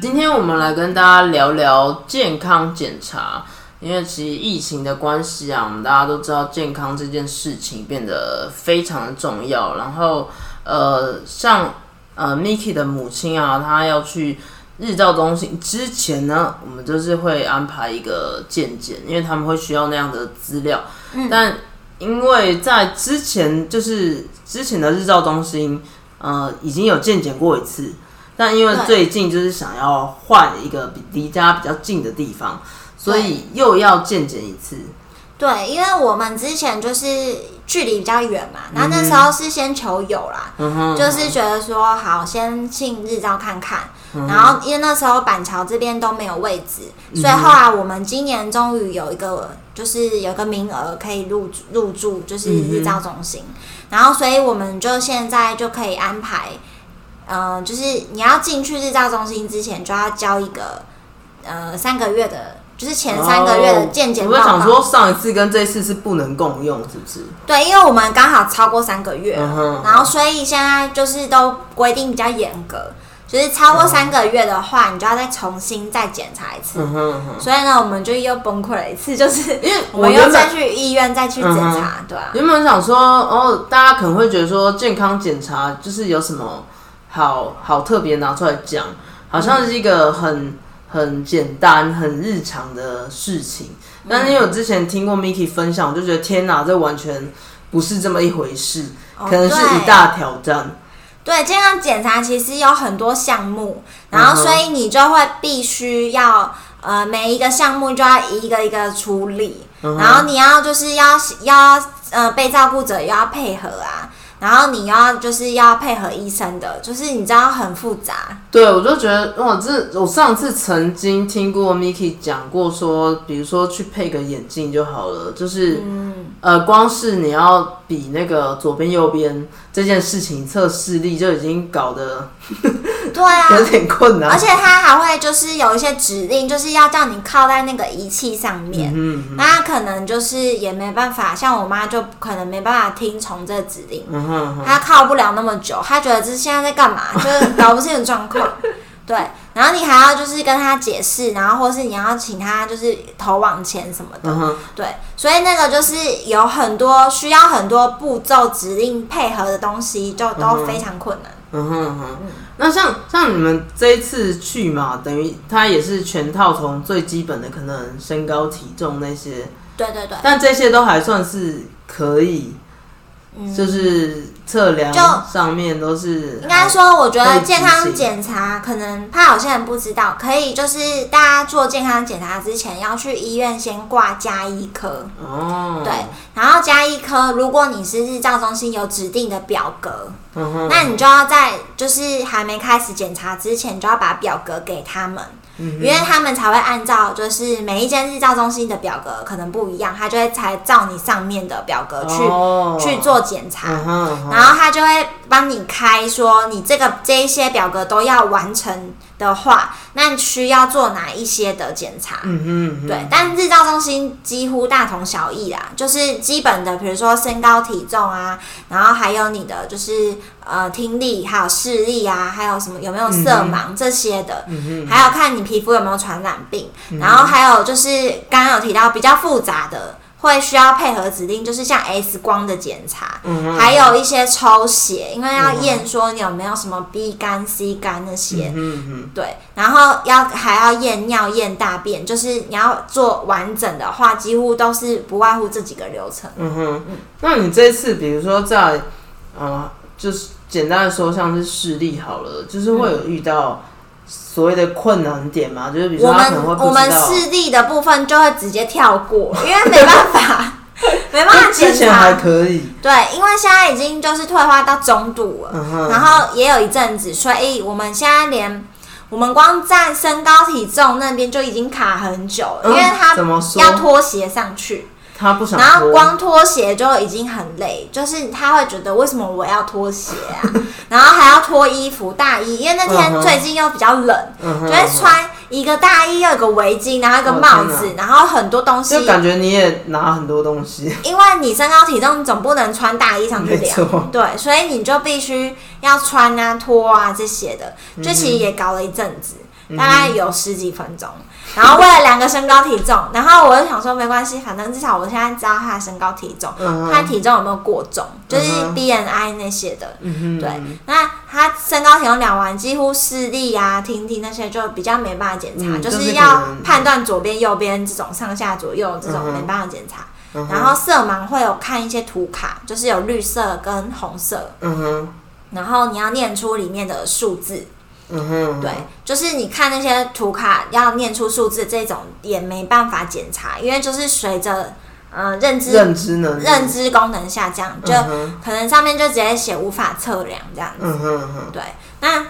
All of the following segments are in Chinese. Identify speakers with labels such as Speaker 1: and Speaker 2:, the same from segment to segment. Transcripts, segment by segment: Speaker 1: 今天我们来跟大家聊聊健康检查，因为其实疫情的关系啊，我们大家都知道健康这件事情变得非常的重要。然后，呃，像呃 Miki 的母亲啊，她要去日照中心之前呢，我们就是会安排一个健检，因为他们会需要那样的资料。但因为在之前就是之前的日照中心，呃，已经有健检过一次，但因为
Speaker 2: 对
Speaker 1: 最近就是想要换一个比离家比较近的地方，所以又要健检一次。
Speaker 3: 对，因为我们之前就是距离比较远嘛，然后那时候是先求友啦，
Speaker 1: 嗯哼，
Speaker 3: 就是觉得说好先进日照看看，
Speaker 1: 嗯
Speaker 3: 然后因为那时候板桥这边都没有位置，所以后来我们今年终于有一个就是有个名额可以入住入住，就是日照中心，
Speaker 1: 嗯
Speaker 3: 然后所以我们就现在就可以安排，呃，就是你要进去日照中心之前就要交一个呃三个月的。就是前三个月的健检
Speaker 1: 哦
Speaker 3: 报
Speaker 1: 我
Speaker 3: 告，
Speaker 1: 想说上一次跟这次是不能共用，是不是？
Speaker 3: 对，因为我们刚好超过三个月，
Speaker 1: 嗯哼
Speaker 3: 然后所以现在就是都规定比较严格，就是超过三个月的话，你就要再重新再检查一次。
Speaker 1: 嗯哼嗯哼。
Speaker 3: 所以呢，我们就又崩溃了一次，就是
Speaker 1: 因为
Speaker 3: 我们
Speaker 1: 原
Speaker 3: 又
Speaker 1: 本嗯
Speaker 3: 再去医院再去检查，对啊，
Speaker 1: 原本想说，哦，大家可能会觉得说健康检查就是有什么好好特别拿出来讲，好像是一个很很简单、很日常的事情。但是因为我之前听过 Miki 分享，我就觉得天哪，这完全不是这么一回事，
Speaker 3: 哦
Speaker 1: 可能是一大挑战。
Speaker 3: 对，健康检查其实有很多项目，然后
Speaker 1: 嗯哼
Speaker 3: 所以你就会必须要呃每一个项目就要一个一个处理，
Speaker 1: 嗯
Speaker 3: 然后你要就是要要呃被照顾者也要配合啊，然后你要就是要配合医生的，就是你知道很复杂，
Speaker 1: 对，我就觉得哇，这我上次曾经听过 Miki 讲过说，比如说去配个眼镜就好了，就是、
Speaker 3: 嗯
Speaker 1: 呃，光是你要比那个左边右边这件事情测视力就已经搞得
Speaker 3: 对啊，
Speaker 1: 有点困难，
Speaker 3: 而且他还会就是有一些指令，就是要叫你靠在那个仪器上面。
Speaker 1: 嗯
Speaker 3: 那他可能就是也没办法，像我妈就可能没办法听从这指令，
Speaker 1: 嗯
Speaker 3: 她靠不了那么久，她觉得这是现在在干嘛，就是搞不清楚 状况。对，然后你还要就是跟他解释，然后或是你要请他就是头往前什么的，
Speaker 1: 嗯哼，
Speaker 3: 对，所以那个就是有很多需要很多步骤指令配合的东西，就都非常困难。
Speaker 1: 嗯哼嗯哼。那像像你们这一次去嘛，等于它也是全套从最基本的可能身高体重那些，
Speaker 3: 对对对，
Speaker 1: 但这些都还算是可以，就是测量
Speaker 3: 就
Speaker 1: 上面都是
Speaker 3: 应该说，我觉
Speaker 1: 可以
Speaker 3: 得
Speaker 1: 执
Speaker 3: 健康
Speaker 1: 行
Speaker 3: 检查可能怕有些人不知道，可以就是大家做健康检查之前要去医院先挂加医科，
Speaker 1: 哦，
Speaker 3: 对，然后加医科，如果你是日照中心有指定的表格，
Speaker 1: 嗯哼，
Speaker 3: 那你就要在就是还没开始检查之前，你就要把表格给他们。
Speaker 1: 嗯
Speaker 3: 因为他们才会按照就是每一间日照中心的表格可能不一样，他就会才照你上面的表格去、
Speaker 1: 哦
Speaker 3: 去做检查。
Speaker 1: 嗯哼，嗯哼
Speaker 3: 然后他就会帮你开说你这个这一些表格都要完成的话，那你需要做哪一些的检查？
Speaker 1: 嗯哼，
Speaker 3: 对，但日照中心几乎大同小异啦，就是基本的，比如说身高体重啊，然后还有你的就是呃听力，还有视力啊，还有什么有没有色盲这些的，还有看你皮肤有没有传染病，然后还有就是刚刚有提到比较复杂的。会需要配合指定，就是像 X 光的检查，
Speaker 1: 嗯
Speaker 3: 还有一些抽血，因为要验说你有没有什么 B 肝、C 肝那些。
Speaker 1: 嗯哼，
Speaker 3: 对，然后要还要验尿、验大便，就是你要做完整的话，几乎都是不外乎这几个流程。
Speaker 1: 嗯哼。那你这次比如说在啊、呃就是简单的说，像是视力好了，就是会有遇到所谓的困难点嘛？就是比如
Speaker 3: 嗯我
Speaker 1: 说他可能
Speaker 3: 们
Speaker 1: 会不
Speaker 3: 我们
Speaker 1: 知道。
Speaker 3: 视力的部分就会直接跳过，因为没办 法，没办法检
Speaker 1: 之前还
Speaker 3: 查。
Speaker 1: 可以，
Speaker 3: 对，因为现在已经就是退化到中度了，
Speaker 1: 嗯哼
Speaker 3: 然后也有一阵子，所以哎我们现在连我们光在身高体重那边就已经卡很久了，因为
Speaker 1: 嗯
Speaker 3: 它
Speaker 1: 怎么说
Speaker 3: 要脱鞋上去。
Speaker 1: 他不想
Speaker 3: 然后
Speaker 1: 播
Speaker 3: 光脱鞋就已经很累，就是他会觉得为什么我要脱鞋 啊？然后还要脱衣服、大衣，因为那
Speaker 1: 嗯
Speaker 3: 天
Speaker 1: 哼
Speaker 3: 最近又比较冷，
Speaker 1: 嗯哼
Speaker 3: 就会穿一个大衣，又有一个围巾，然后一个
Speaker 1: 哦
Speaker 3: 帽
Speaker 1: 天
Speaker 3: 子，然后很多东西
Speaker 1: 就。感觉你也拿很多东西，
Speaker 3: 因为你身高体重总不能穿大衣上去
Speaker 1: 没
Speaker 3: 量，
Speaker 1: 错，
Speaker 3: 对，所以你就必须要穿啊、脱啊这些的，
Speaker 1: 嗯
Speaker 3: 就其实也搞了一阵子，大概有十几分钟。然后为了量个身高体重， 然后我就想说没关系，反正至少我现在知道他的身高体重，
Speaker 1: 嗯哼
Speaker 3: 他体重有没有过重，就是
Speaker 1: 嗯哼
Speaker 3: BMI 那些的。
Speaker 1: 嗯
Speaker 3: 对，那他身高体重量完，几乎视力啊、听力那些就比较没办法检查，
Speaker 1: 嗯
Speaker 3: 就
Speaker 1: 就是
Speaker 3: 是
Speaker 1: 可
Speaker 3: 要
Speaker 1: 能
Speaker 3: 判断左边、右边这种上下左右这种
Speaker 1: 嗯哼
Speaker 3: 没办法检查。
Speaker 1: 嗯哼
Speaker 3: 然后色盲会有看一些图卡，就是有绿色跟红色，
Speaker 1: 嗯哼，
Speaker 3: 然后你要念出里面的数字。
Speaker 1: 嗯哼，
Speaker 3: 对，就是你看那些图卡要念出数字这种也没办法检查，因为就是随着呃认知
Speaker 1: 认知能力，
Speaker 3: 认知功能下降，就
Speaker 1: 嗯哼
Speaker 3: 可能上面就直接写无法测量这样子。
Speaker 1: 嗯哼嗯哼，
Speaker 3: 对，那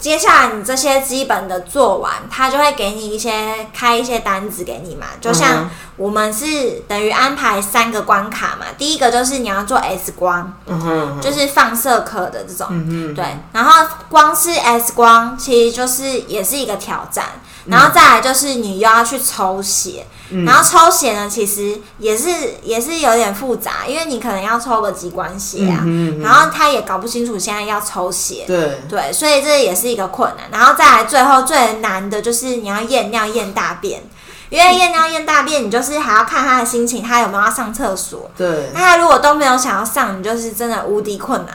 Speaker 3: 接下来你这些基本的做完，他就会给你一些开一些单子给你嘛，就
Speaker 1: 嗯哼
Speaker 3: 像我们是等于安排三个关卡嘛，第一个就是你要做 X 光，
Speaker 1: 嗯哼，
Speaker 3: 就是放射科的这种，
Speaker 1: 嗯哼，
Speaker 3: 对，然后光是 X 光其实就是也是一个挑战，
Speaker 1: 嗯
Speaker 3: 然后再来就是你又要去抽血，然后抽血呢其实也是也是有点复杂，因为你可能要抽个几管血啊，
Speaker 1: 嗯哼嗯哼
Speaker 3: 然后他也搞不清楚现在要抽血，
Speaker 1: 对，
Speaker 3: 对，所以这也是一个困难。然后再来最后最难的就是你要验尿验大便，
Speaker 1: 嗯
Speaker 3: 因为验尿验大便，你就是还要看他的心情，他有没有要上厕所。
Speaker 1: 对。
Speaker 3: 那他如果都没有想要上，你就是真的无敌困难。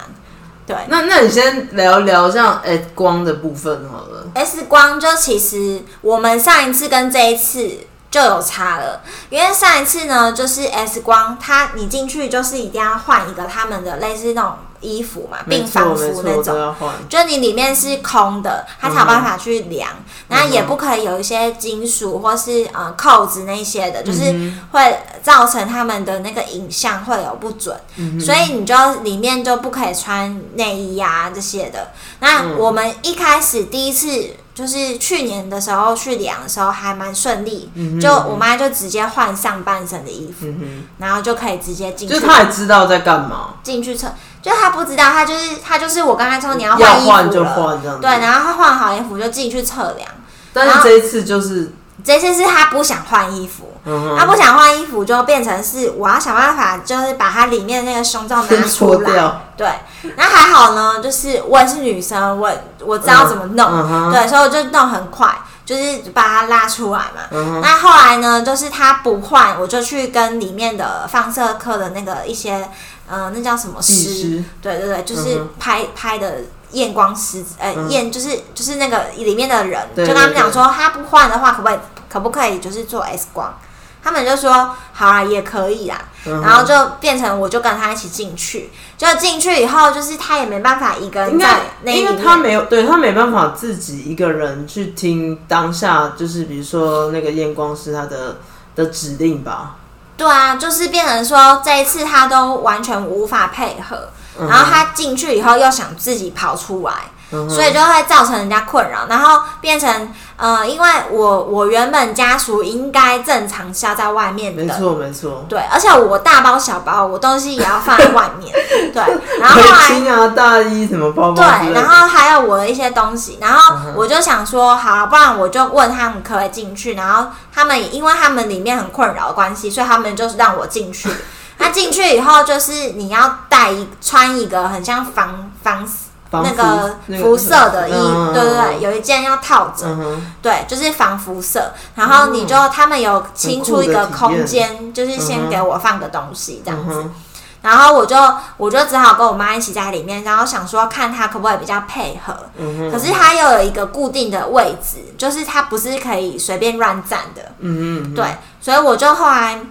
Speaker 3: 对
Speaker 1: 那那你先聊聊像哎光的部分好了，
Speaker 3: ，S 光就其实我们上一次跟这一次。就有差了，因为上一次呢，就是 S 光，它你进去就是一定要换一个他们的类似那种衣服嘛，
Speaker 1: 没
Speaker 3: 病
Speaker 1: 错
Speaker 3: 房
Speaker 1: 没
Speaker 3: 服
Speaker 1: 错，
Speaker 3: 那
Speaker 1: 我
Speaker 3: 种
Speaker 1: 都，要换，
Speaker 3: 就你里面是空的，它才有办法去量，
Speaker 1: 嗯
Speaker 3: 那、也不可以有一些金属或是呃扣子那些
Speaker 1: 嗯
Speaker 3: 的，就是会造成他们的那个影像会有不准，
Speaker 1: 嗯
Speaker 3: 所以你就里面就不可以穿内衣啊这些
Speaker 1: 嗯
Speaker 3: 的。那我们一开始第一次。就是去年的时候去量的时候还蛮顺利，就我妈就直接换上半身的衣服，
Speaker 1: 嗯
Speaker 3: 然后就可以直接进
Speaker 1: 哼，
Speaker 3: 去
Speaker 1: 就是他也知道在干嘛，
Speaker 3: 进去测，就他不知道，他就是他就是我刚才说你要换
Speaker 1: 要
Speaker 3: 衣服
Speaker 1: 换就
Speaker 3: 了
Speaker 1: 换这样子
Speaker 3: 对，然后他换好衣服就进去测量。
Speaker 1: 但是这一次就是，
Speaker 3: 这次是他不想换衣服，
Speaker 1: 嗯
Speaker 3: 他
Speaker 1: 哼，
Speaker 3: 不想换衣服就变成是我要想办法，就是把他里面那个胸罩拿
Speaker 1: 先
Speaker 3: 出
Speaker 1: 脱
Speaker 3: 来。
Speaker 1: 掉，
Speaker 3: 对，那还好呢，就是我也是女生，我我知道怎么弄，
Speaker 1: 嗯哼
Speaker 3: 对，所以我就弄很快，就是把它拉出来嘛。
Speaker 1: 嗯哼，
Speaker 3: 那后来呢，就是他不换，我就去跟里面的放射科的那个一些，呃，那叫什么
Speaker 1: 技
Speaker 3: 师
Speaker 1: 师，
Speaker 3: 对对对，就是
Speaker 1: 嗯
Speaker 3: 拍、拍的验光师，呃，
Speaker 1: 嗯
Speaker 3: 验、就是就是那个里面的人，
Speaker 1: 对
Speaker 3: 就跟他
Speaker 1: 对
Speaker 3: 们
Speaker 1: 对
Speaker 3: 讲说，他不换的话，可不可以可不可以就是做 X 光？他们就说好啊，也可以啦。
Speaker 1: 嗯哼
Speaker 3: 然后就变成我就跟他一起进去，就进去以后，就是他也没办法一个人
Speaker 1: 应
Speaker 3: 在
Speaker 1: 该，
Speaker 3: 那里
Speaker 1: 因
Speaker 3: 面，
Speaker 1: 为他没有，对他没办法自己一个人去听当下，就是比如说那个验光师他的的指令吧。
Speaker 3: 对啊，就是变成说这一次
Speaker 1: 嗯
Speaker 3: 他都完全无法配合，然后他进去以后又想自己跑出来，
Speaker 1: 嗯
Speaker 3: 所以就会造成人家困扰，然后变成呃，因为我我原本家属应该正常是要在外面
Speaker 1: 没
Speaker 3: 的。
Speaker 1: 错没错。
Speaker 3: 对，而且我大包小包，我东西也要放在外面。对，然后
Speaker 1: 围
Speaker 3: 后来
Speaker 1: 巾啊、大衣什么包包之
Speaker 3: 对，
Speaker 1: 类的
Speaker 3: 然后还有我的一些东西，然后我就想说，好，不然我就问他们可不可以进去，然后他们也因为他们里面很困扰的关系，所以他们就是让我进去。那进去以后，就是你要带一穿一个很像防防
Speaker 1: 防
Speaker 3: 那
Speaker 1: 辐
Speaker 3: 个
Speaker 1: 那
Speaker 3: 辐射的衣，
Speaker 1: 嗯
Speaker 3: 对对对，有一件要套着，
Speaker 1: 嗯哼，
Speaker 3: 对，就是防辐射。然后你就、他们有清出一个
Speaker 1: 很酷的体
Speaker 3: 空
Speaker 1: 验
Speaker 3: 间，就是先
Speaker 1: 嗯哼
Speaker 3: 给我放个东西这样
Speaker 1: 嗯
Speaker 3: 子。
Speaker 1: 哼，
Speaker 3: 然后我就我就只好跟我妈一起在里面，然后想说看她可不可以比较配合。
Speaker 1: 嗯哼，
Speaker 3: 可是它又有一个固定的位置，就是它不是可以随便乱站的。
Speaker 1: 嗯哼，
Speaker 3: 对，所以我就后来，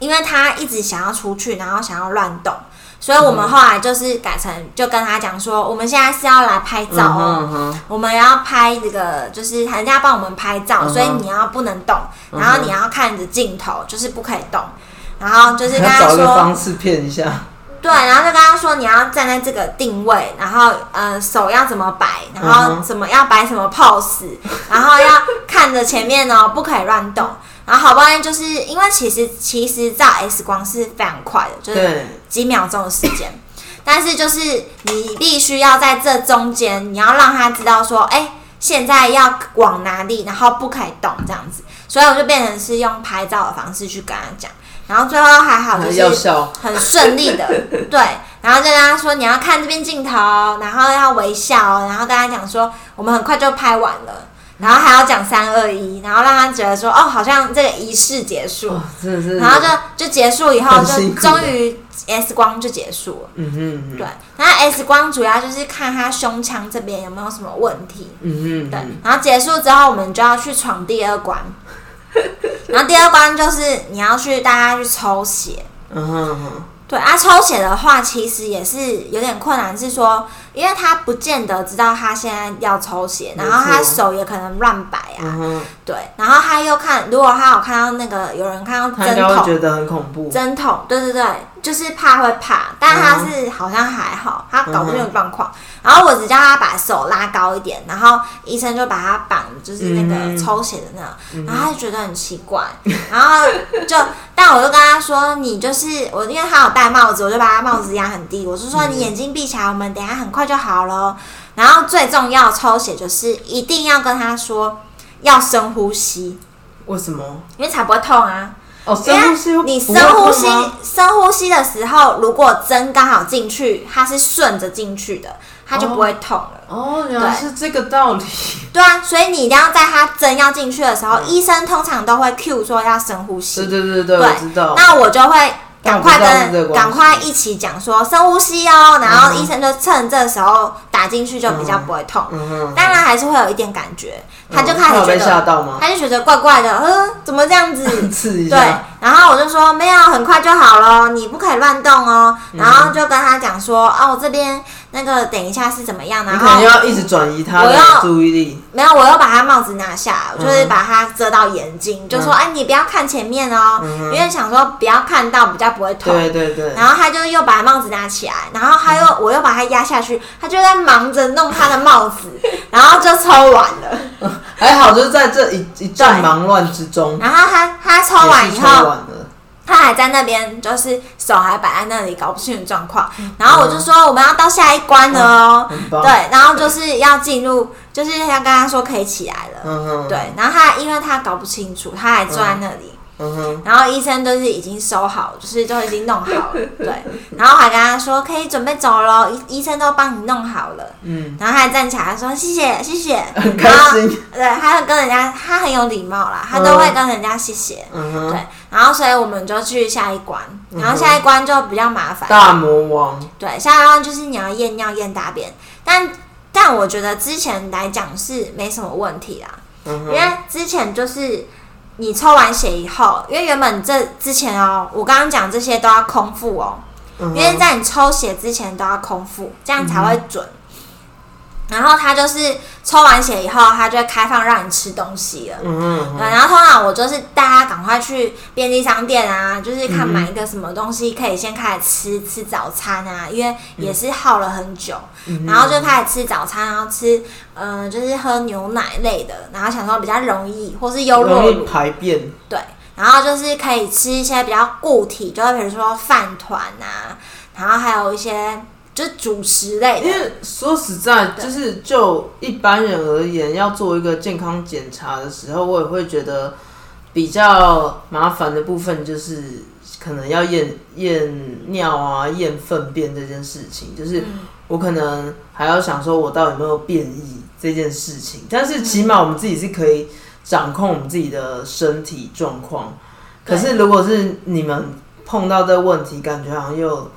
Speaker 3: 因为他一直想要出去，然后想要乱动，所以我
Speaker 1: 嗯
Speaker 3: 们后来就是改成就跟他讲说，我们现在是要来拍照哦。
Speaker 1: 嗯哼，
Speaker 3: 我们要拍这个，就是人家帮我们拍照，
Speaker 1: 嗯哼
Speaker 3: 所以你要不能动，
Speaker 1: 嗯哼
Speaker 3: 然后你要看着镜头，就是不可以动。然后就是跟
Speaker 1: 要
Speaker 3: 他
Speaker 1: 找
Speaker 3: 说，
Speaker 1: 一个方式骗一下，
Speaker 3: 对，然后就跟他说你要站在这个定位，然后呃手要怎么摆，然后
Speaker 1: 嗯哼
Speaker 3: 怎么要摆什么 pose，然后要看着前面哦，不可以乱动。然后好不容易就是因为其实其实照 X 光是非常快的，就是
Speaker 1: 对，
Speaker 3: 几秒钟的时间，但是就是你必须要在这中间，你要让他知道说，哎，现在要往哪里，然后不可以动这样子。所以我就变成是用拍照的方式去跟他讲，然后最后还好就是
Speaker 1: 要笑，
Speaker 3: 很顺利的，对。然后就跟他说你要看这边镜头，然后要微笑，哦然后跟他讲说我们很快就拍完了，然后还要讲三二一，然后让他觉得说哦，好像这个仪式结束
Speaker 1: 哇，，哦真的是，
Speaker 3: 然后就就结束以
Speaker 1: 嗯
Speaker 3: 后，
Speaker 1: 很
Speaker 3: 就
Speaker 1: 辛苦
Speaker 3: 终于 S 光就结束了。
Speaker 1: 嗯哼，
Speaker 3: 对，那 S 光主要就是看他胸腔这边有没有什么问题，
Speaker 1: 嗯哼，
Speaker 3: 对，然后结束之后，我们就要去闯第 二关，然后第二关就是你要去大家去抽血，
Speaker 1: 嗯哼，嗯哼，
Speaker 3: 对啊，抽血的话其实也是有点困难，是说，因为他不见得知道他现在要抽血，
Speaker 1: 没
Speaker 3: 然
Speaker 1: 错
Speaker 3: 后他手也可能乱摆啊，
Speaker 1: 嗯哼，
Speaker 3: 对，然后他又看，如果他有看到那个有人看到
Speaker 1: 嗯他应
Speaker 3: 针
Speaker 1: 该会
Speaker 3: 筒，
Speaker 1: 觉得很恐怖，
Speaker 3: 针筒，对对对，就是怕会怕，但他是好像还好，他搞不清楚状况，然后我只叫他把手拉高一点，然后医生就把他绑，就是那个
Speaker 1: 嗯
Speaker 3: 抽血的那个，然后他就觉得很奇怪，然后就，但我就跟他说，你就是我，因为他有戴帽子，我就把他帽子压很低，我是说你眼睛闭起来，我们等一下很快就好了。然后最重要抽血就是一定要跟他说要深呼吸，
Speaker 1: 为什么？
Speaker 3: 因为才不会痛啊。
Speaker 1: 哦，深呼吸，
Speaker 3: 你深呼吸，深呼吸的时候，如果针刚好进去，它是顺着进去的，它就不会痛了。
Speaker 1: 哦，原来是这个道 理，
Speaker 3: 对啊，所以你一定要在它针要进去的时候，医生通常都会 cue 说要深呼吸。
Speaker 1: 对对对对，我知道，
Speaker 3: 那我就会
Speaker 1: 但
Speaker 3: 赶快
Speaker 1: 我不知道是这个关
Speaker 3: 跟
Speaker 1: 系
Speaker 3: 赶快一起讲说深呼吸哦，然后医生就趁这时候打进去，就比较不会痛。
Speaker 1: 嗯哼，
Speaker 3: 当然还是会有一点感觉，他就开始
Speaker 1: 有
Speaker 3: 觉
Speaker 1: 被吓
Speaker 3: 得，
Speaker 1: 到吗？
Speaker 3: 他就觉得怪怪的，嗯，怎么这样子？
Speaker 1: 刺一
Speaker 3: 对
Speaker 1: 下，，
Speaker 3: 然后我就说没有，很快就好了，你不可以乱动哦。
Speaker 1: 嗯
Speaker 3: 然后就跟他讲说，哦，这边那个等一下是怎么样，
Speaker 1: 你
Speaker 3: 然
Speaker 1: 可能
Speaker 3: 后
Speaker 1: 要一直转移他
Speaker 3: 我
Speaker 1: 的
Speaker 3: 要
Speaker 1: 注意力，
Speaker 3: 没有，我又把他帽子拿下来，我就是
Speaker 1: 嗯
Speaker 3: 把它遮到眼睛，就说，哎，你不要看前面哦，
Speaker 1: 嗯
Speaker 3: 因为想说不要看到，比较不会痛。
Speaker 1: 对嗯对对，
Speaker 3: 然后他就又把帽子拿起来，然后他又、我又把他压下去，他就在忙着弄他的帽子，然后就抽完了。
Speaker 1: 还好就是在这一一阵忙乱之中，
Speaker 3: 然后他他抽完
Speaker 1: 也
Speaker 3: 以
Speaker 1: 是
Speaker 3: 后，
Speaker 1: 抽完了，
Speaker 3: 他还在那边，就是手还摆在那里，搞不清楚状况。
Speaker 1: 嗯
Speaker 3: 然后我就说我们要到下一关了哦，
Speaker 1: 很棒，
Speaker 3: 对，然后就是要进入，就是要跟他说可以起来了，
Speaker 1: 嗯哼，，
Speaker 3: 对。然后他因为他搞不清楚，他还坐在那里，
Speaker 1: 嗯哼，
Speaker 3: 然后医生就是已经收好，就是都已经弄好了， 对。然后还跟他说可以准备走喽，医医生都帮你弄好了。
Speaker 1: 嗯，
Speaker 3: 然后他还站起来说谢谢谢谢，
Speaker 1: 很开
Speaker 3: 然后
Speaker 1: 心，
Speaker 3: 对，他会跟人家他很有礼貌啦，他都会跟人家谢谢。
Speaker 1: 嗯哼，
Speaker 3: 对，然后所以我们就去下一关，然后下一关就比较麻烦。
Speaker 1: 大魔王，
Speaker 3: 对，下一关就是你要验尿、验大便，但但我觉得之前来讲是没什么问题啦，
Speaker 1: 嗯
Speaker 3: 因
Speaker 1: 哼，
Speaker 3: 为之前就是你抽完血以后，因为原本这之前哦，我刚刚讲这些都要空腹哦，
Speaker 1: 嗯
Speaker 3: 因为
Speaker 1: 哼，嗯
Speaker 3: 在你抽血之前都要空腹，这样才会准。然后他就是抽完血以后，他就会开放让你吃东西了。
Speaker 1: 嗯，
Speaker 3: 对，然后通常我就是大家赶快去便利商店啊，就是看买一个什么东西可以先开始吃吃早餐啊，因为也是耗了很久，
Speaker 1: 嗯
Speaker 3: 然后就开始吃早餐，然后吃嗯、呃就是喝牛奶类的，然后想说比较容易，或是优酪
Speaker 1: 容易
Speaker 3: 乳，
Speaker 1: 排便，
Speaker 3: 对，然后就是可以吃一些比较固体，就是比如说饭团啊，然后还有一些就是主食 类
Speaker 1: 因
Speaker 3: 的，
Speaker 1: 为说实在，就是就一般人而言，要做一个健康检查的时候，我也会觉得比较麻烦的部分就是可能要验验尿啊、验粪便这件事情，就是我可能还要想说我到底有没有变异这件事情，但是起码我们自己是可以掌控我们自己的身体状况。可是如果是你们碰到这问题，感觉好像又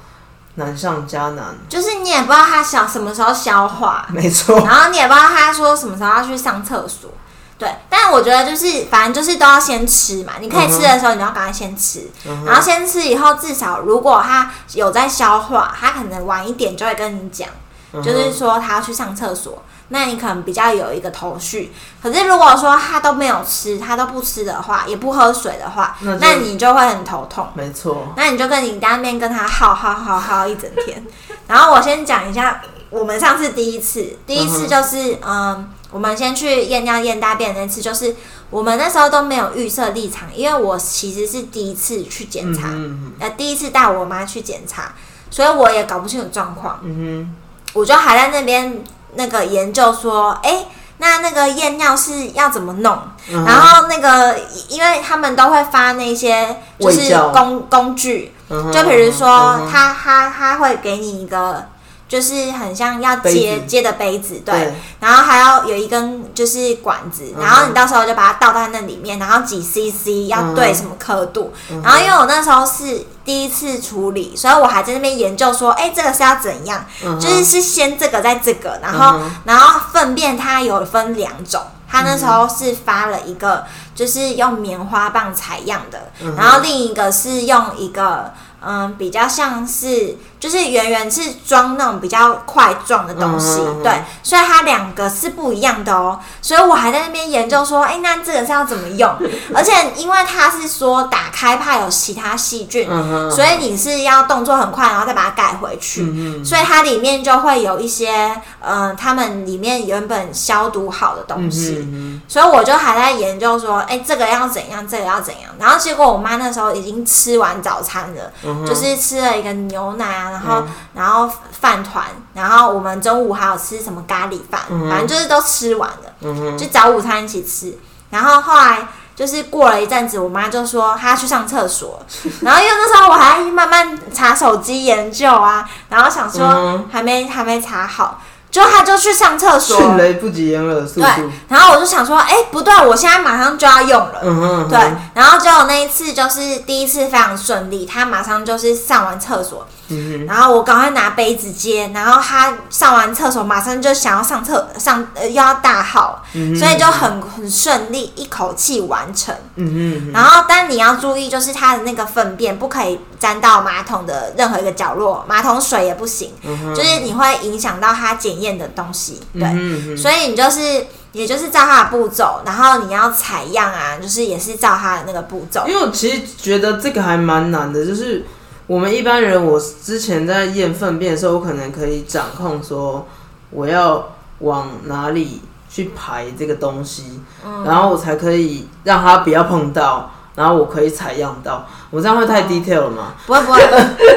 Speaker 1: 难上加难。
Speaker 3: 就是你也不知道它消什么时候消化，
Speaker 1: 没错，
Speaker 3: 然后你也不知道他说什么时候要去上厕所。对，但我觉得就是反正就是都要先吃嘛，你可以吃的时候，你就要赶快先吃，
Speaker 1: 嗯
Speaker 3: 然后先吃以后，至少如果他有在消化，他可能晚一点就会跟你讲，
Speaker 1: 嗯
Speaker 3: 就是说他要去上厕所，那你可能比较有一个头绪。可是如果说他都没有吃，他都不吃的话，也不喝水的话，
Speaker 1: 那就
Speaker 3: 那你就会很头痛。
Speaker 1: 没错，
Speaker 3: 那你就跟你当面跟他耗耗耗耗一整天。然后我先讲一下，我们上次第一次，第一次就是嗯我们先去验尿验大便的那次，就是我们那时候都没有预设立场，因为我其实是第一次去检查，
Speaker 1: 嗯
Speaker 3: 呃，第一次带我妈去检查，所以我也搞不清楚状况，
Speaker 1: 嗯
Speaker 3: 我就还在那边那个研究说，哎、那那个验尿是要怎么弄？
Speaker 1: 嗯哼，
Speaker 3: 然后那个，因为他们都会发那些就是
Speaker 1: 卫教
Speaker 3: 工工具，
Speaker 1: 后
Speaker 3: 就比如说，
Speaker 1: 嗯嗯哼
Speaker 3: 他他他会给你一个，就是很像要接
Speaker 1: 杯子
Speaker 3: 接的杯子，对，
Speaker 1: 对，
Speaker 3: 然后还要有一根就是管子，
Speaker 1: 嗯
Speaker 3: 然后你到时候就把它倒在那里面，然后几 CC 要对什么刻度，
Speaker 1: 嗯
Speaker 3: 然后因为我那时候是第一次处理，所以我还在那边研究说，哎，这个是要怎样，
Speaker 1: 嗯哼
Speaker 3: 就是是先这个再这个，然后、
Speaker 1: 嗯
Speaker 3: 然后粪便它有分两种，它那时候是发了一个就是用棉花棒采样的，
Speaker 1: 嗯
Speaker 3: 然后另一个是用一个。嗯，比较像是就是圆圆是装那种比较块状的东西，
Speaker 1: 嗯嗯嗯
Speaker 3: 对，所以它两个是不一样的哦。所以我还在那边研究说，哎、那这个是要怎么 用？而且因为它是说打开怕有其他细菌，
Speaker 1: 嗯哼，
Speaker 3: 所以你是要动作很快，然后再把它改回去。
Speaker 1: 嗯
Speaker 3: 所以它里面就会有一些，嗯、他们里面原本消毒好的东
Speaker 1: 嗯
Speaker 3: 西，
Speaker 1: 哼
Speaker 3: 所以我就还在研究说，哎、这个要怎样，这个要怎样。然后结果我妈那时候已经吃完早餐了，
Speaker 1: 嗯
Speaker 3: 就是吃了一个牛奶啊，然后、然后饭团，然后我们中午还有吃什么咖喱饭，反正就是都吃完了，
Speaker 1: 嗯哼
Speaker 3: 就早午餐一起吃。然后后来就是过了一阵子，我妈就说她去上厕 所，然后因为那时候我还慢慢查手机研究啊，然后想说
Speaker 1: 嗯
Speaker 3: 还没还没查好，就她就去上厕所，
Speaker 1: 迅雷不及掩耳的速
Speaker 3: 对
Speaker 1: 度，，
Speaker 3: 然后我就想说，哎、不对，我现在马上就要用了。
Speaker 1: 嗯哼，
Speaker 3: 对，然后结果那一次就是第一次非常顺利，他马上就是上完厕所，
Speaker 1: 嗯
Speaker 3: 然后我赶快拿杯子接，然后他上完厕所马上就想要上厕上呃又要大号，所以就很很顺利一口气完成。
Speaker 1: 嗯
Speaker 3: 然后但你要注意，就是它的那个粪便不可以沾到马桶的任何一个角落，马桶水也不行，就是你会影响到它检验的东西。对，
Speaker 1: 嗯
Speaker 3: 所以你就是也就是照它的步骤，然后你要采样啊，就是也是照它的那个步骤
Speaker 1: 哼，。因为我其实觉得这个还蛮难的，就是我们一般人，我之前在验粪便的时候，我可能可以掌控说我要往哪里去排这个东西，
Speaker 3: 嗯
Speaker 1: 然后我才可以让它不要碰到。然后我可以采样到，我这样会太 detail 了 吗？
Speaker 3: 不会不会，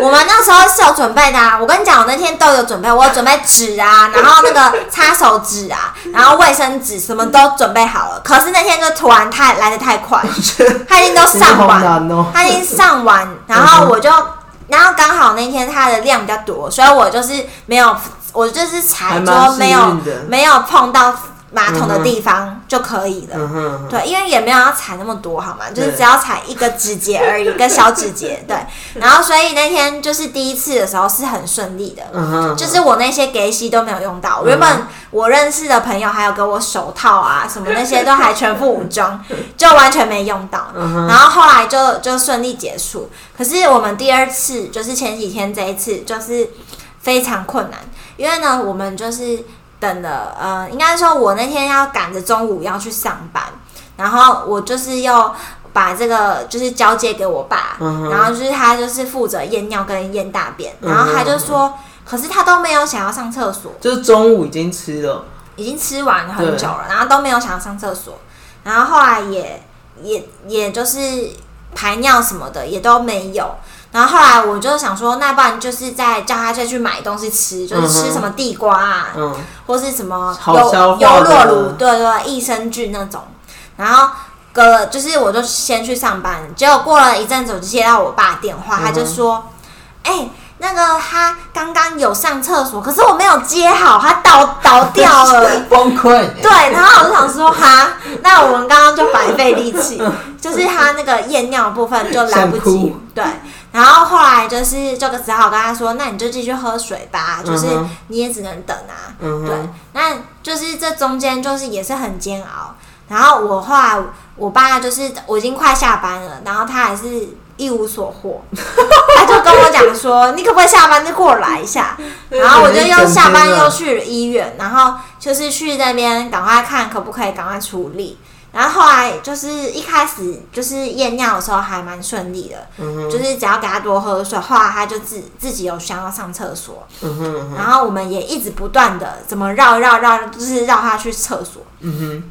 Speaker 3: 我们那时候是有准备的啊！我跟你讲，我那天都有准备，我有准备纸啊，然后那个擦手纸啊，然后卫生纸什么都准备好了。可是那天就突然太来的太快，他已经都
Speaker 1: 真的
Speaker 3: 上
Speaker 1: 好
Speaker 3: 完，
Speaker 1: 难哦。
Speaker 3: 他已经上完，然后我就，然后刚好那天他的量比较多，所以我就是没有，我就是踩
Speaker 1: 还蛮
Speaker 3: 桌
Speaker 1: 幸
Speaker 3: 没有
Speaker 1: 运的
Speaker 3: 没有碰到马桶的地方就可以了。
Speaker 1: 嗯哼嗯哼，
Speaker 3: 对，因为也没有要踩那么多，好吗？就是
Speaker 1: 对
Speaker 3: 只要踩一个指节而已，一个小指节。 对，然后所以那天就是第一次的时候是很顺利的，
Speaker 1: 嗯哼，嗯
Speaker 3: 就是我那些给息都没有用到。原本我认识的朋友还有给我手套啊什么那些都还全副武 装，就完全没用到。
Speaker 1: 嗯
Speaker 3: 然后后来就就顺利结束。可是我们第二次就是前几天这一次就是非常困难，因为呢我们就是。等了，呃，应该说我那天要赶着中午要去上班，然后我就是又把这个就是交接给我爸，
Speaker 1: 嗯哼
Speaker 3: 然后就是他就是负责验尿跟验大便，
Speaker 1: 嗯哼
Speaker 3: 然后他就说，可是他都没有想要上厕所，
Speaker 1: 就是中午已经吃了，
Speaker 3: 已经吃完很久了，然后都没有想要上厕所，然后后来也也也就是排尿什么的也都没有。然后后来我就想说，那不然就是再叫他再去买东西吃，就是
Speaker 1: 嗯
Speaker 3: 吃
Speaker 1: 哼
Speaker 3: 什么地瓜啊，
Speaker 1: 嗯，
Speaker 3: 或是什么
Speaker 1: 好
Speaker 3: 优
Speaker 1: 消化
Speaker 3: 优酪
Speaker 1: 的
Speaker 3: 乳，对对，益生菌那种。然后隔就是我就先去上班，结果过了一阵子，我就接到我爸电话，他就
Speaker 1: 嗯哼
Speaker 3: 说：“哎、那个他刚刚有上厕所，可是我没有接好，他倒倒掉了。”
Speaker 1: 崩溃。
Speaker 3: 对，然后我就想说，哈，那我们刚刚就白费力气， 就是他那个验尿的部分就来不
Speaker 1: 想哭
Speaker 3: 及，对。然后后来就是，就只好跟他说，那你就继续喝水吧，就是
Speaker 1: 嗯哼
Speaker 3: 你也只能等啊。
Speaker 1: 嗯
Speaker 3: 对
Speaker 1: 哼，
Speaker 3: 那就是这中间就是也是很煎熬。然后我后来我爸就是我已经快下班了，然后他还是一无所获， 他就跟我讲说：“你可不可以下班就过来一下？” 然后我就又下班又去了医院，
Speaker 1: 啊
Speaker 3: 然后就是去那边赶快看可不可以赶快处理。然后后来就是一开始就是验尿的时候还蛮顺利的，
Speaker 1: 嗯哼，
Speaker 3: 就是只要给他多喝水，后来他就自自己有想要上厕所，
Speaker 1: 嗯哼，嗯哼
Speaker 3: 然后我们也一直不断的怎么绕绕绕，就是绕他去厕所。
Speaker 1: 嗯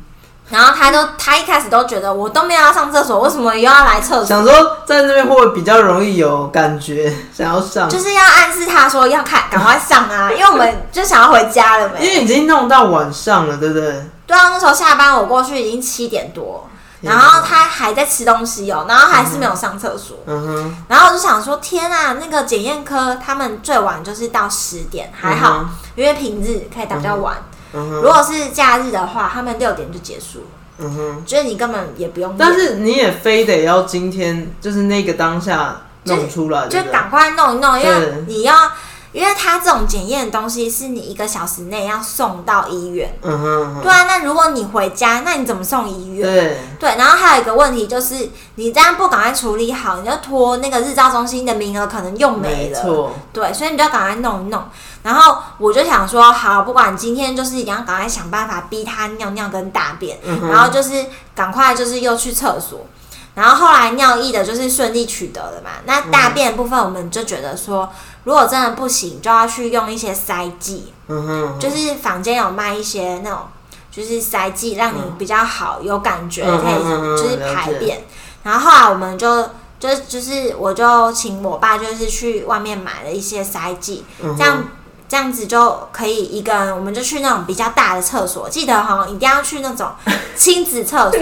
Speaker 3: 然后他都他一开始都觉得我都没有要上厕所，为什么又要来厕
Speaker 1: 哼，
Speaker 3: 所？
Speaker 1: 想说在那边会不会比较容易有感觉， 想要上，
Speaker 3: 就是要暗示他说要看赶快上啊，因为我们就想要回家了
Speaker 1: 因
Speaker 3: 没？
Speaker 1: 为已经弄到晚上了，对不对？
Speaker 3: 对啊，那时候下班我过去已经七点多，然后他还在吃东西哦，然后还是没有上厕所。
Speaker 1: 嗯哼，
Speaker 3: 然后我就想说，天啊，那个检验科他们最晚就是到十点，还
Speaker 1: 嗯
Speaker 3: 好，
Speaker 1: 哼
Speaker 3: 因为平日可以打比较晚。
Speaker 1: 嗯哼，
Speaker 3: 如果是假日的话，他们六点就结束了，
Speaker 1: 嗯哼。
Speaker 3: 就是你根本也不用验。
Speaker 1: 但是你也非得要今天，就是那个当下弄出来，
Speaker 3: 就
Speaker 1: 对不对
Speaker 3: 赶快弄一弄，因为
Speaker 1: 对
Speaker 3: 你要，因为它这种检验的东西是你一个小时内要送到医院。
Speaker 1: 嗯哼，嗯
Speaker 3: 对
Speaker 1: 哼
Speaker 3: 啊，那如果你回家，那你怎么送医院？
Speaker 1: 对，
Speaker 3: 对，然后还有一个问题就是，你这样不赶快处理好，你就拖那个日照中心的名额可能又没
Speaker 1: 没
Speaker 3: 了。
Speaker 1: 错，
Speaker 3: 对，所以你就要赶快弄一弄。然后我就想说，好，不管今天就是一定要赶快想办法逼他尿尿跟大便，
Speaker 1: 嗯哼
Speaker 3: 然后就是赶快就是又去厕所。然后后来尿意的就是顺利取得了嘛，那
Speaker 1: 嗯
Speaker 3: 大便的部分我们就觉得说，如果真的不行，就要去用一些塞剂，
Speaker 1: 嗯哼，
Speaker 3: 就是坊间有卖一些那种就是塞剂，让你比较好有感觉，
Speaker 1: 嗯
Speaker 3: 可以
Speaker 1: 嗯嗯嗯
Speaker 3: 就是
Speaker 1: 了
Speaker 3: 排
Speaker 1: 解
Speaker 3: 便。然后后来我们就就就是我就请我爸就是去外面买了一些塞剂，
Speaker 1: 嗯哼
Speaker 3: 这样这样子就可以一个人，我们就去那种比较大的厕所，记得哈，一定要去那种亲子厕所，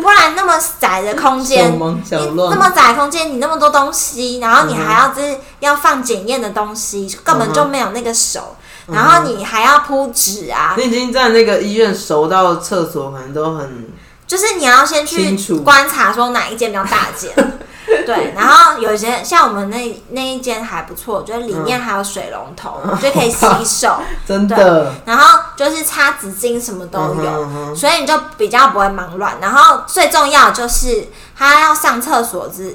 Speaker 3: 不然那么窄的空
Speaker 1: 手
Speaker 3: 间。
Speaker 1: 忙脚
Speaker 3: 你那
Speaker 1: 乱，
Speaker 3: 么窄的空间，你那么多东西，然后你还要就是要放检验的东西，根本就没有那个手，
Speaker 1: 嗯
Speaker 3: 然后你还要铺纸啊，
Speaker 1: 你已经在那个医院熟到厕所，可能都很
Speaker 3: 就是你要先去
Speaker 1: 清楚
Speaker 3: 观察说哪一间比较大 间，对，然后有一些像我们那那一间还不错，就是里面还有水龙头，
Speaker 1: 嗯
Speaker 3: 就 可以洗手，
Speaker 1: 真的
Speaker 3: 然后就是擦纸巾什么都
Speaker 1: 嗯
Speaker 3: 有，
Speaker 1: 哼嗯哼
Speaker 3: 所以你就比较不会忙乱。然后最重要的就是他要上厕所之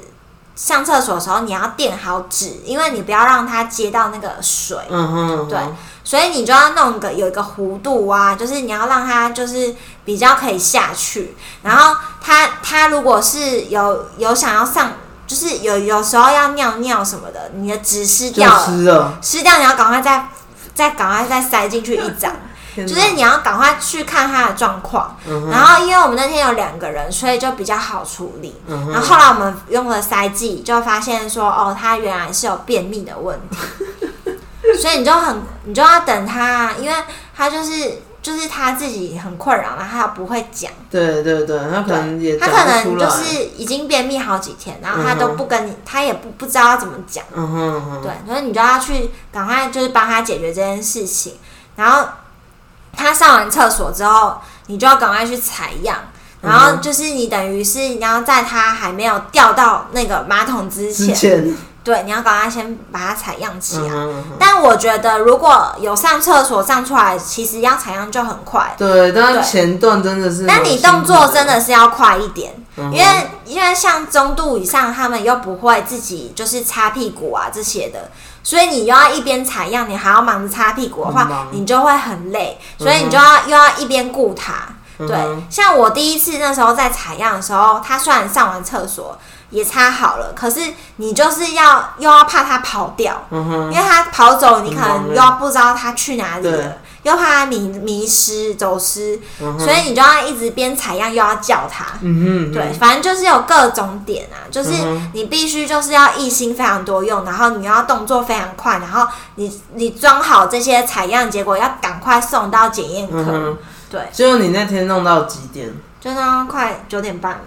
Speaker 3: 上厕所的时候，你要垫好纸，因为你不要让它接到那个水。
Speaker 1: 嗯哼，
Speaker 3: 对，所以你就要弄个有一个弧度啊，就是你要让它就是比较可以下去。然后它它如果是有有想要上，就是有有时候要尿尿什么的，你的纸湿
Speaker 1: 就
Speaker 3: 掉了，
Speaker 1: 湿了，
Speaker 3: 湿掉你要赶快再再赶快再塞进去一张，
Speaker 1: 就
Speaker 3: 就是你要赶快去看它的状况。
Speaker 1: 嗯哼
Speaker 3: 然后因为我们那天有两个人，所以就比较好处理。
Speaker 1: 嗯哼
Speaker 3: 然后后来我们用了塞剂，就发现说，哦，他原来是有便秘的问题， 所以你就很，你就要等他，因为他就是就是他自己很困扰，然后他不会讲，
Speaker 1: 对对对，他可能也
Speaker 3: 他
Speaker 1: 讲
Speaker 3: 可
Speaker 1: 不出
Speaker 3: 能就
Speaker 1: 来，
Speaker 3: 是已经便秘好几天，然后他都
Speaker 1: 嗯哼
Speaker 3: 不跟你，他也不不知道要怎么讲。
Speaker 1: 嗯哼嗯哼，
Speaker 3: 对，所以你就要去赶快就是帮他解决这件事情。然后他上完厕所之后，你就要赶快去采样。然后
Speaker 1: 嗯哼
Speaker 3: 就是你等于是你要在他还没有掉到那个马桶之前，
Speaker 1: 之前
Speaker 3: 对，你要赶快先把它采样起来。
Speaker 1: 嗯哼
Speaker 3: 但我觉得如果有上厕所上出来，其实要采样就很快。
Speaker 1: 对，但
Speaker 3: 对
Speaker 1: 是前段真的是蛮
Speaker 3: 但
Speaker 1: 辛苦，
Speaker 3: 你动作真的是要快一点，
Speaker 1: 嗯哼，
Speaker 3: 因为因为像中度以上，他们又不会自己就是擦屁股啊这些的，所以你又要一边采样，你还要忙着擦屁股的
Speaker 1: 很
Speaker 3: 话
Speaker 1: 忙，
Speaker 3: 你就会很累，所以你就要又要一边顾它。
Speaker 1: 嗯
Speaker 3: 对
Speaker 1: 哼，
Speaker 3: 像我第一次那时候在采样的时候，他虽然上完厕所也擦好了，可是你就是要又要怕它跑掉，
Speaker 1: 嗯哼，
Speaker 3: 因为它跑走，你可
Speaker 1: 很忙
Speaker 3: 能
Speaker 1: 欸
Speaker 3: 又不知道它去哪里
Speaker 1: 对
Speaker 3: 了，又怕它迷迷失走失，
Speaker 1: 嗯哼
Speaker 3: 所以你就要一直边采样又要叫它。
Speaker 1: 嗯哼，
Speaker 3: 对，反正就是有各种点啊，就是
Speaker 1: 嗯
Speaker 3: 你必须就是要一心非常多用，然后你要动作非常快，然后你你装好这些采样结果要赶快送到检验
Speaker 1: 嗯
Speaker 3: 科，
Speaker 1: 哼，
Speaker 3: 对，
Speaker 1: 结果你那天弄到几点？
Speaker 3: 就那样快九点半，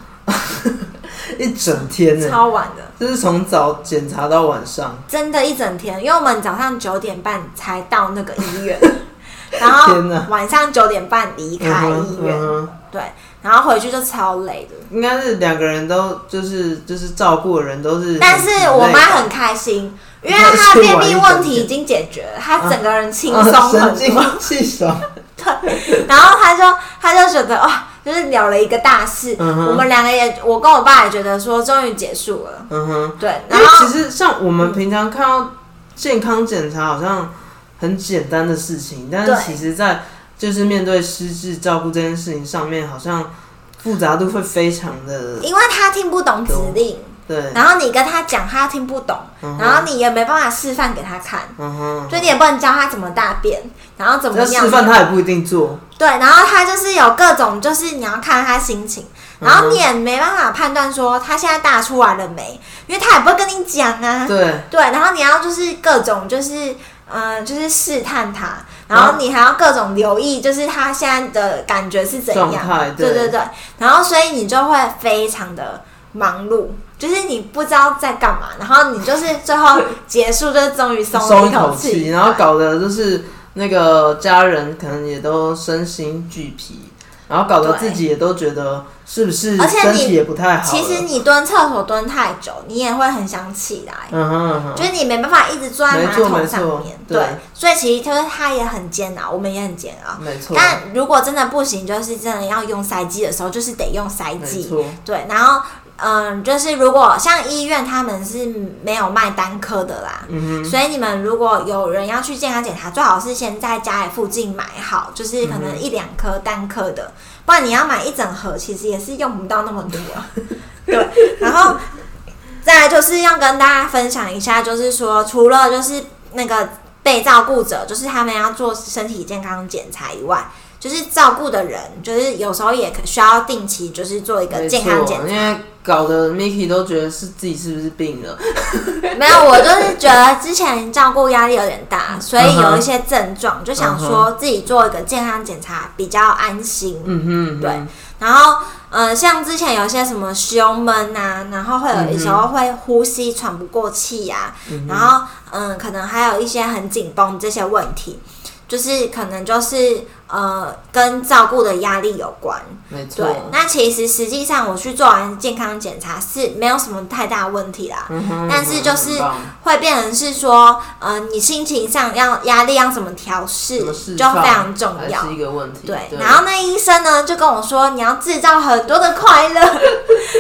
Speaker 1: 一整天呢、
Speaker 3: 超晚的，
Speaker 1: 就是从早检查到晚上，
Speaker 3: 真的，一整天，因为我们早上九点半才到那个 医院，然后
Speaker 1: 天哪
Speaker 3: 晚上九点半离开医院，
Speaker 1: 嗯哼嗯
Speaker 3: 对，然后回去就超累的，
Speaker 1: 应该是两个人都就是就是照顾的人都是很疲累吧，
Speaker 3: 但是我妈很开心，因为
Speaker 1: 她
Speaker 3: 她
Speaker 1: 去
Speaker 3: 便
Speaker 1: 玩
Speaker 3: 秘
Speaker 1: 一
Speaker 3: 问
Speaker 1: 整
Speaker 3: 题
Speaker 1: 天
Speaker 3: 已经解决了，她整个人轻
Speaker 1: 啊
Speaker 3: 松
Speaker 1: 神
Speaker 3: 很
Speaker 1: 经
Speaker 3: 多。
Speaker 1: 气爽，
Speaker 3: 然后她就她就觉得哇、就是了了一个大事。
Speaker 1: 嗯哼
Speaker 3: 我们两个也，我跟我爸也觉得说，终于结束了。
Speaker 1: 嗯哼。
Speaker 3: 对，
Speaker 1: 因
Speaker 3: 然
Speaker 1: 为
Speaker 3: 后
Speaker 1: 其实像我们平常看到健康检查好像很简单的事情，但是
Speaker 3: 对
Speaker 1: 其实在就是面对失智照顾这件事情上面，好像复杂度会非常的
Speaker 3: 因为他听不懂指令，
Speaker 1: 对，
Speaker 3: 然后你跟他讲，他听不懂，
Speaker 1: 嗯
Speaker 3: 然
Speaker 1: 哼，
Speaker 3: 后你也没办法示范给他看，
Speaker 1: 嗯哼，
Speaker 3: 所以你也不能教他怎么大便，然后怎么
Speaker 1: 要
Speaker 3: 样
Speaker 1: 示。范他也不一定做，
Speaker 3: 对，然后他就是有各种，就是你要看他心情，
Speaker 1: 嗯
Speaker 3: 然后你也没办法判断说他现在大出来了没，因为他也不会跟你讲啊。
Speaker 1: 对，
Speaker 3: 对，然后你要就是各种就是嗯、呃就是试探他，然后你还要各种留意，就是他现在的感觉是怎
Speaker 1: 状
Speaker 3: 样
Speaker 1: 态。
Speaker 3: 对
Speaker 1: 对
Speaker 3: 对对，然后所以你就会非常的忙碌。就是你不知道在干嘛，然后你就是最后结束，就是终于松了
Speaker 1: 松
Speaker 3: 一
Speaker 1: 一
Speaker 3: 口
Speaker 1: 口
Speaker 3: 气，
Speaker 1: 气，然后搞得就是那个家人可能也都身心俱疲。然后搞得
Speaker 3: 对
Speaker 1: 自己也都觉得是不是
Speaker 3: 而且
Speaker 1: 身
Speaker 3: 你
Speaker 1: 体也不太好
Speaker 3: 其
Speaker 1: 了。
Speaker 3: 实你蹲厕所蹲太久，你也会很想起来，
Speaker 1: 嗯哼嗯哼，
Speaker 3: 就是你没办法一直坐在马桶
Speaker 1: 没错
Speaker 3: 上
Speaker 1: 没错
Speaker 3: 面。
Speaker 1: 对
Speaker 3: 对，所以其实就是他也很煎熬，我们也很煎熬。
Speaker 1: 没错，
Speaker 3: 但如果真的不行，就是真的要用塞剂的时候，就是得用塞
Speaker 1: 没
Speaker 3: 剂。
Speaker 1: 错，
Speaker 3: 对，然后嗯，就是如果像医院他们是没有卖单颗的啦，
Speaker 1: 嗯哼，
Speaker 3: 所以你们如果有人要去健康检查，最好是先在家里附近买好，就是可能一两颗单颗的，不然你要买一整盒，其实也是用不到那么多。啊对，然后再来就是要跟大家分享一下，就是说除了就是那个被照顾者，就是他们要做身体健康检查以外。就是照顾的人，就是有时候也可需要定期，就是做一个
Speaker 1: 没
Speaker 3: 健康检
Speaker 1: 错，因为搞得 Miki 都觉得是自己是不是病了，
Speaker 3: 没有，我就是觉得之前照顾压力有点大，所以有一些症状，就想说自己做一个健康检查比较安心。
Speaker 1: 嗯哼，嗯哼
Speaker 3: 对，然后，呃，像之前有一些什么胸闷啊，然后会有时候会呼吸喘不过气呀、然后，嗯、可能还有一些很紧绷这些问题，就是可能就是呃跟照顾的压力有关。
Speaker 1: 没错
Speaker 3: 对，，那其实实际上我去做完健康检查是没有什么太大问题啦。
Speaker 1: 嗯哼
Speaker 3: 但是就是
Speaker 1: 很棒
Speaker 3: 会变成是说，呃，你心情上要压力要怎么调
Speaker 1: 怎
Speaker 3: 试，就
Speaker 1: 么释
Speaker 3: 非
Speaker 1: 放
Speaker 3: 常重
Speaker 1: 还
Speaker 3: 要
Speaker 1: 是。一个问题，
Speaker 3: 对，然后那医生呢就跟我说，你要制造很多的快 乐，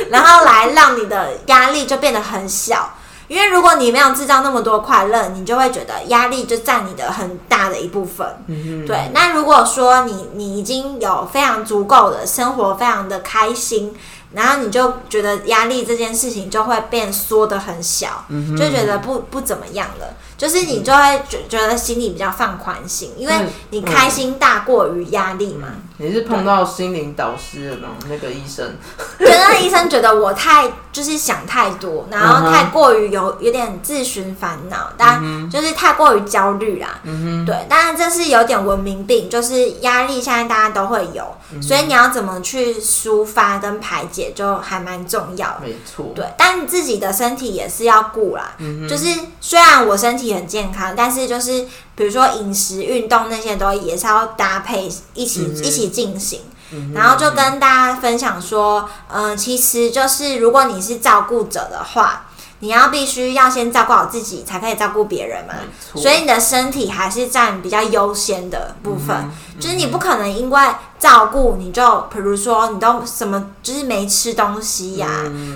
Speaker 3: 然后来让你的压力就变得很小。因为如果你没有制造那么多快乐，你就会觉得压力就占你的很大的一部分。
Speaker 1: 嗯哼，
Speaker 3: 对，那如果说你你已经有非常足够的生活，非常的开心，然后你就觉得压力这件事情就会变缩的很小，
Speaker 1: 嗯
Speaker 3: 就觉得不不怎么样了，就是你就会觉觉得心里比较放宽心，因为
Speaker 1: 嗯
Speaker 3: 你开心大过于压力嘛。
Speaker 1: 你是碰到心灵导师的那种那个医生，
Speaker 3: 觉得那医生觉得我太就是想太多，然后
Speaker 1: 嗯哼
Speaker 3: 太过于有有点自寻烦恼，但就是太过于焦虑啦。
Speaker 1: 嗯
Speaker 3: 对，当然这是有点文明病，就是压力现在大家都会有，所以你要怎么去抒发跟排解，就还蛮重要
Speaker 1: 哼，
Speaker 3: 的。
Speaker 1: 没错，
Speaker 3: 对，但自己的身体也是要顾啦。
Speaker 1: 嗯
Speaker 3: 就是虽然我身体很健康，但是就是比如说饮食、运动那些都也是要搭配一起、
Speaker 1: 嗯哼
Speaker 3: 一起进行。
Speaker 1: 嗯哼，
Speaker 3: 然后就跟大家分享说，嗯、其实就是如果你是照顾者的话，你要必须要先照顾好自己，才可以照顾别人嘛。
Speaker 1: 错
Speaker 3: 所以你的身体还是占比较优先的部分，
Speaker 1: 嗯
Speaker 3: 就是你不可能因为照顾你就，比如说你都什么就是没吃东西呀、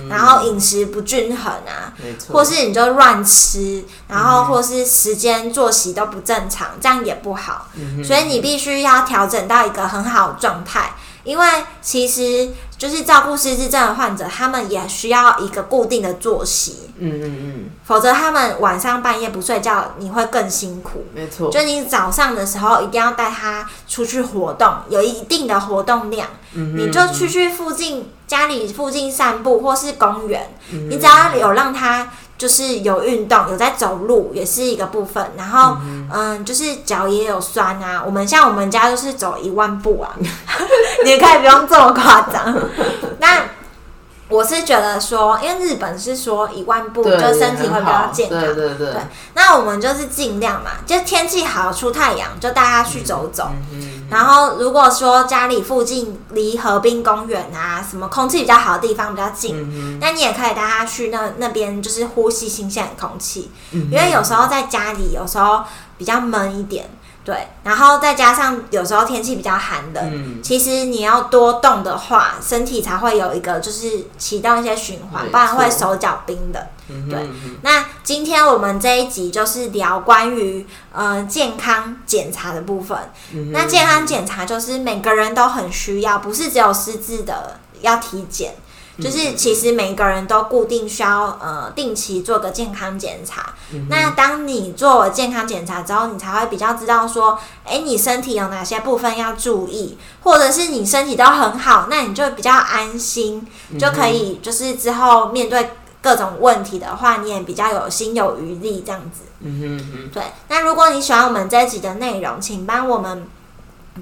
Speaker 3: 然后饮食不均衡啊，
Speaker 1: 嗯没错，
Speaker 3: 或是你就乱吃，然后或是时间作息都不正常，这样也不好。
Speaker 1: 嗯
Speaker 3: 所以你必须要调整到一个很好的状态，因为其实就是照顾失智症的患者，他们也需要一个固定的作息，
Speaker 1: 嗯嗯
Speaker 3: 否则他们晚上半夜不睡觉，你会更辛苦
Speaker 1: 嗯，。没错，
Speaker 3: 就你早上的时候一定要带他出去活动，有一定的活动量，
Speaker 1: 嗯
Speaker 3: 你就去去附近家里附近散步，或是公园，你只要有让他。就是有运动，有在走路，也是一个部分。然后，嗯就是脚也有酸啊。我们像我们家就是走一万步啊， 你可以不用这么夸 张。那我是觉得说，因为日本是说一万步
Speaker 1: 对
Speaker 3: 就身体会
Speaker 1: 也
Speaker 3: 比
Speaker 1: 很
Speaker 3: 较
Speaker 1: 好
Speaker 3: 健康，
Speaker 1: 对对对
Speaker 3: 对，那我们就是尽量嘛，就天气好出太阳，就带他去走走。
Speaker 1: 嗯
Speaker 3: 然后如果说家里附近离河滨公园啊，什么空气比较好的地方比较近，
Speaker 1: 嗯
Speaker 3: 那你也可以带他去那那边，就是呼吸新鲜的空气。
Speaker 1: 嗯
Speaker 3: 因为有时候在家里，有时候比较闷一点，对。然后再加上有时候天气比较寒冷，
Speaker 1: 嗯
Speaker 3: 其实你要多动的话，身体才会有一个就是启动一些循环，
Speaker 1: 没
Speaker 3: 不然会
Speaker 1: 错
Speaker 3: 手脚冰冷。
Speaker 1: 嗯，
Speaker 3: 对
Speaker 1: 嗯嗯
Speaker 3: 那今天我们这一集就是聊关于呃健康检查的部分。
Speaker 1: 嗯
Speaker 3: 那健康检查就是每个人都很需要，不是只有失智的要体检，就是其实每个人都固定需要呃定期做个健康检查。那当你做了健康检查之后，你才会比较知道说，哎、你身体有哪些部分要注意，或者是你身体都很好，那你就比较安心，
Speaker 1: 嗯
Speaker 3: 就可以就是之后面对各种问题的话，你也比较有心有余力这样子。
Speaker 1: 嗯哼嗯
Speaker 3: 对，那如果你喜欢我们这一集的内容，请帮我们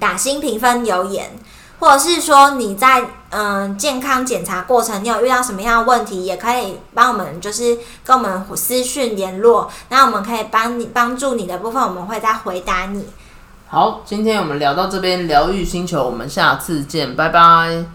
Speaker 3: 打新评分留言，或者是说你在嗯、呃健康检查过程你有遇到什么样的问题，也可以帮我们就是跟我们私讯联络，那我们可以帮你帮助你的部分，我们会再回答你。
Speaker 1: 好，今天我们聊到这边，疗愈星球，我们下次见，拜拜。